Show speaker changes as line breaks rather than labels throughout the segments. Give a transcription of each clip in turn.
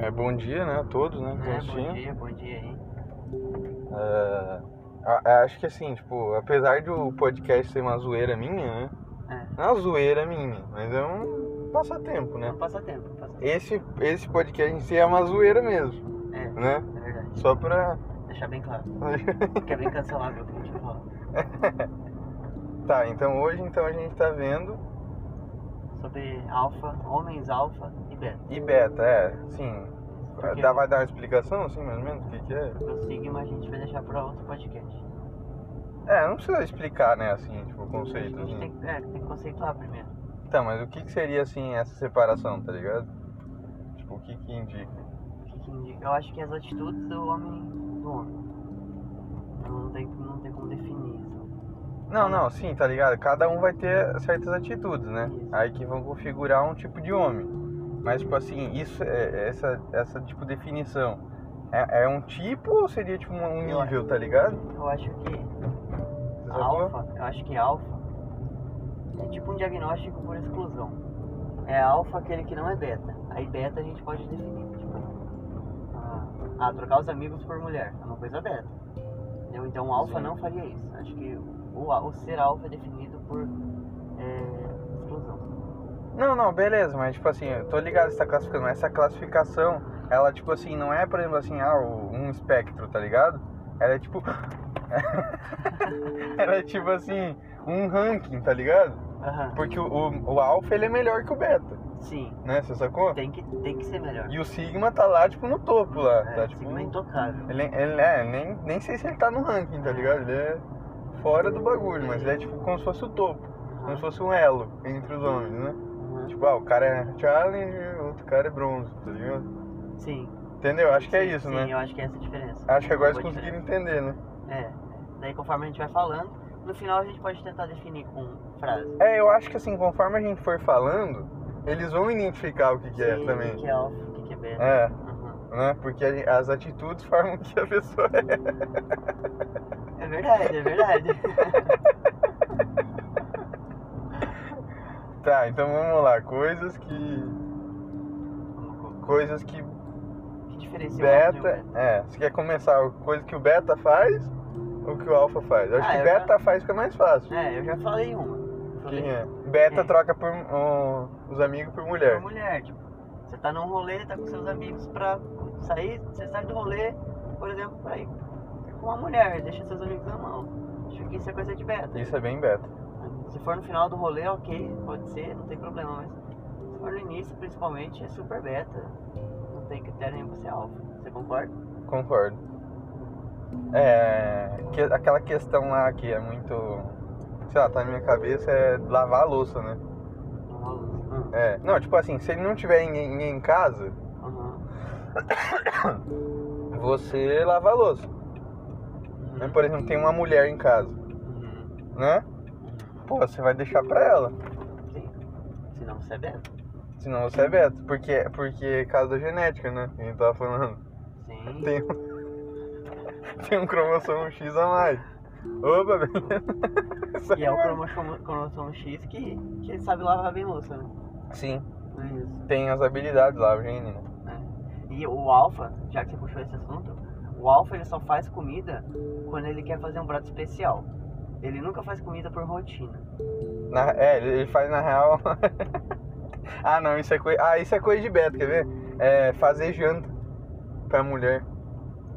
É bom dia, né? A todos, né?
É, bom
Constinho.
dia, bom dia aí.
É, a- acho que assim, tipo, apesar de o podcast ser uma zoeira minha, né?
É.
Não é uma zoeira minha, mas é um passatempo,
É
né?
um passatempo, um passatempo.
Esse, esse podcast em si é uma zoeira mesmo,
É,
né?
é verdade.
Só pra.
Deixar bem claro. Porque é bem cancelável o que a gente fala.
Tá, então hoje então a gente tá vendo.
Sobre alfa, homens alfa e beta.
E beta, é, sim.
Porque
Dá, vai dar uma explicação, assim, mais ou menos, o que, que é?
O sigma a gente vai deixar pra outro podcast.
É, não precisa explicar, né, assim, tipo, o conceito.
A gente
Assim.
tem, que- é, tem que conceituar primeiro.
Tá, mas o que, que seria, assim, essa separação, tá ligado? Tipo, o que que indica?
O que que indica? Eu acho que as atitudes do homem do homem. Não tem, não tem como definir isso.
Não, não, sim, tá ligado? Cada um vai ter certas atitudes, né?
Isso.
Aí que vão configurar um tipo de homem. Mas, tipo assim, isso, é- essa, essa, tipo, definição é, é um tipo ou seria, tipo, um
Eu
nível,
acho-
tá ligado?
Eu acho que
Você sacou?
alfa, eu acho que alfa é tipo um diagnóstico por exclusão. É alfa aquele que não é beta. Aí beta a gente pode definir, tipo, ah, ah, trocar os amigos por mulher, é uma coisa beta. Entendeu? Então o alfa
Sim.
não faria isso. Acho que o, a- o ser alfa é definido por é, exclusão.
Não, não, beleza, mas tipo assim, eu tô ligado que você tá classificando, mas essa classificação, ela tipo assim, não é, por exemplo, assim, ah, o- um espectro, tá ligado? Ela é tipo. ela é tipo assim, um ranking, tá ligado?
Aham.
Porque o, o, o alfa ele é melhor que o beta,
Sim,
né? Você sacou?
tem que, tem que ser melhor.
E o sigma tá lá, tipo, no topo lá.
É,
tá, tipo,
sigma é intocável.
ele, ele é, nem, nem sei se ele tá no ranking, tá ligado? Ele é fora do bagulho, mas ele é tipo como se fosse o topo, como se fosse um elo entre os homens, né?
Aham.
Tipo, ah, o cara é challenge, o outro cara é bronze, tá ligado?
Sim.
Entendeu? Acho que é
sim,
isso,
sim,
né?
eu acho que é essa a diferença.
Acho que agora
Boa
vocês conseguiram
diferença.
entender, né?
É. Daí conforme a gente vai falando, no final a gente pode tentar definir com frase.
É, eu acho que assim, conforme a gente for falando, eles vão identificar o que, que é
Sim, O
também.
que é alfa, o que que é beta.
É,
Uhum.
né? Porque a- as atitudes formam o que a pessoa é.
É verdade, é verdade.
Tá, então vamos lá. Coisas que. Coisas que
O que diferencia o alfa de
beta.
um beta?
É, você quer começar? Coisa que o beta faz ou que o alfa faz? Eu acho
Ah,
que
eu
beta faz fica mais fácil.
É, eu já falei uma. Falei
Quem é? Beta
É.
troca por ó, os amigos por
pra
mulher.
mulher, tipo, você tá num rolê, tá com seus amigos pra sair, você sai do rolê, por exemplo, pra ir com uma mulher, deixa seus amigos na mão. Acho que isso é coisa de beta.
Isso é bem beta.
Se for no final do rolê, ok, pode ser, não tem problema, mas se for no início, principalmente, é super beta. Não tem critério nenhum pra ser alfa. Você concorda?
Concordo. É. que- aquela questão lá que é muito. Sei lá, tá na minha cabeça é lavar a louça, né?
Não rola isso. Hum,
É. Não, tipo assim, se ele não tiver ninguém, ninguém em casa,
aham.
você lava a louça. Né? Por exemplo, tem uma mulher em casa,
Uhum.
né? Pô, você vai deixar pra ela.
Sim. Se não, você é beta.
Senão você é beta. Porque, porque é caso da genética, né? Que a gente tava falando.
Sim.
Tem um, tem um cromossomo X a mais. Opa, beleza.
E é o cromossomo, cromossomo X que, que sabe lavar bem louça, né? é
Sim,
Isso.
tem as habilidades lá, o gene, né?
E o Alpha, já que você puxou esse assunto, o Alpha ele só faz comida quando ele quer fazer um prato especial. Ele nunca faz comida por rotina.
Na- é, ele ele faz na real. ah, não, isso é coisa. Ah, isso é coisa de Beto, quer ver? É fazer janta pra mulher.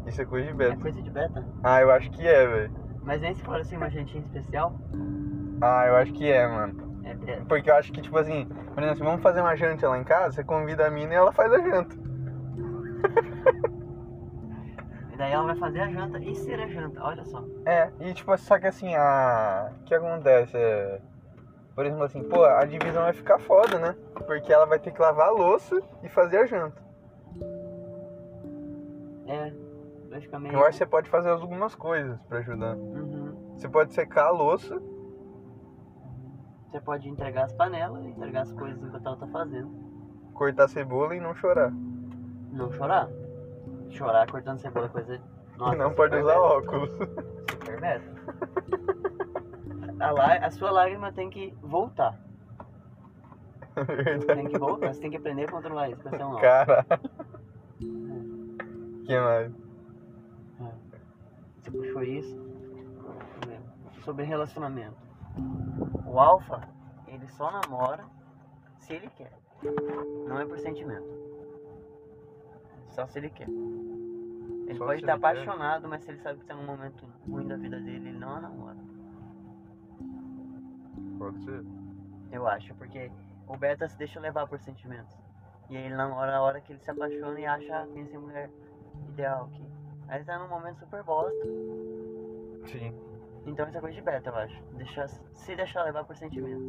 Isso é coisa de
É
Beto.
coisa de beta.
Ah, eu acho que é, velho.
Mas nem se for assim uma jantinha especial,
Ah, eu acho que é, mano.
é beta.
Porque eu acho que, tipo assim, por exemplo, se vamos fazer uma janta lá em casa, você convida a mina e ela faz a janta.
E daí ela vai fazer a janta e ser a janta, olha só.
É, e tipo, só que assim, a. O que acontece? É... Por exemplo, assim, pô, a divisão vai ficar foda, né? Porque ela vai ter que lavar a louça e fazer a janta.
É, vai ficar meio.
Eu acho que você pode fazer algumas coisas pra ajudar.
Uhum.
Você pode secar a louça
Você pode entregar as panelas, entregar as coisas enquanto ela tá fazendo.
cortar cebola e não chorar.
Não chorar. Chorar cortando cebola é coisa. Nossa,
e não pode
super
usar
beta.
óculos.
Super beta. A, lá- a sua lágrima tem que voltar. Tem que voltar, você tem que aprender a controlar isso, pra ser um alfa.
É Cara, que mais?
Você puxou isso. Deixa eu ver. Sobre relacionamento. O alfa, ele só namora se ele quer. Não é por sentimento. Só se ele quer. Ele
Só
pode
se
estar
ele quer.
apaixonado, mas se ele sabe que tá num momento ruim da vida dele, ele não a namora.
Pode ser.
Eu acho, porque o beta se deixa levar por sentimentos. E ele namora a hora que ele se apaixona e acha que essa mulher é ideal aqui. Aí ele tá num momento super bosta.
Sim.
Então isso é coisa de beta, eu acho. Deixar, se deixar levar por sentimentos.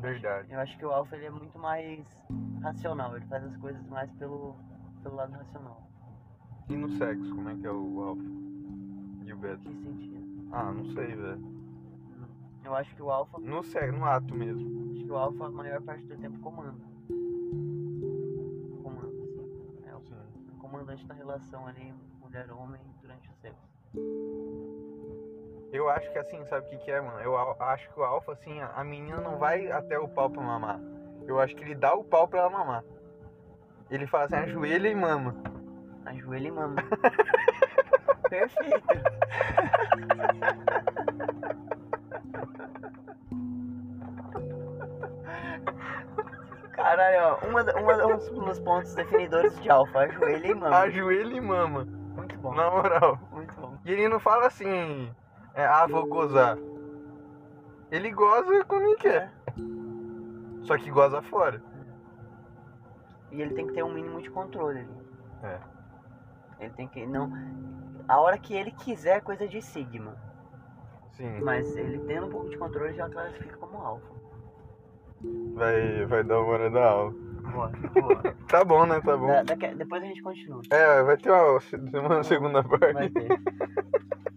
Verdade.
Eu acho que o alfa ele é muito mais racional, ele faz as coisas mais pelo, pelo lado racional.
E no sexo, como é que é o alfa? E o beta?
Que sentido.
Ah, não sei, velho.
Eu acho que o alfa,
No sexo, no ato mesmo.
acho que o alfa é a maior parte do tempo comanda. Comanda, sim. É o
Sim.
comandante da relação ali, mulher-homem, durante o sexo.
Eu acho que assim, sabe o que, que é, mano? Eu a- acho que o alfa, assim, a a menina não vai até o pau pra mamar. Eu acho que ele dá o pau pra ela mamar. Ele fala assim, ajoelha e mama.
Ajoelha e mama. Perfeito. Caralho, ó, uma, da- uma da- um dos meus pontos definidores de alfa, ajoelha e mama.
Ajoelha e mama.
Muito Ah, bom,
Na moral.
muito bom.
E ele não fala assim, é, ah, vou gozar. Ele goza quando ele quer. Só que goza fora.
E ele tem que ter um mínimo de controle ali.
É.
Ele tem que, não... A hora que ele quiser é coisa de sigma.
Sim,
Mas ele tendo um pouco de controle já classifica como alfa.
vai, vai dar uma hora da aula.
Boa, boa.
Tá bom, né?
É.
Tá bom.
Da- daqui- depois a gente continua.
É, vai ter uma se- uma segunda parte.
Vai ter.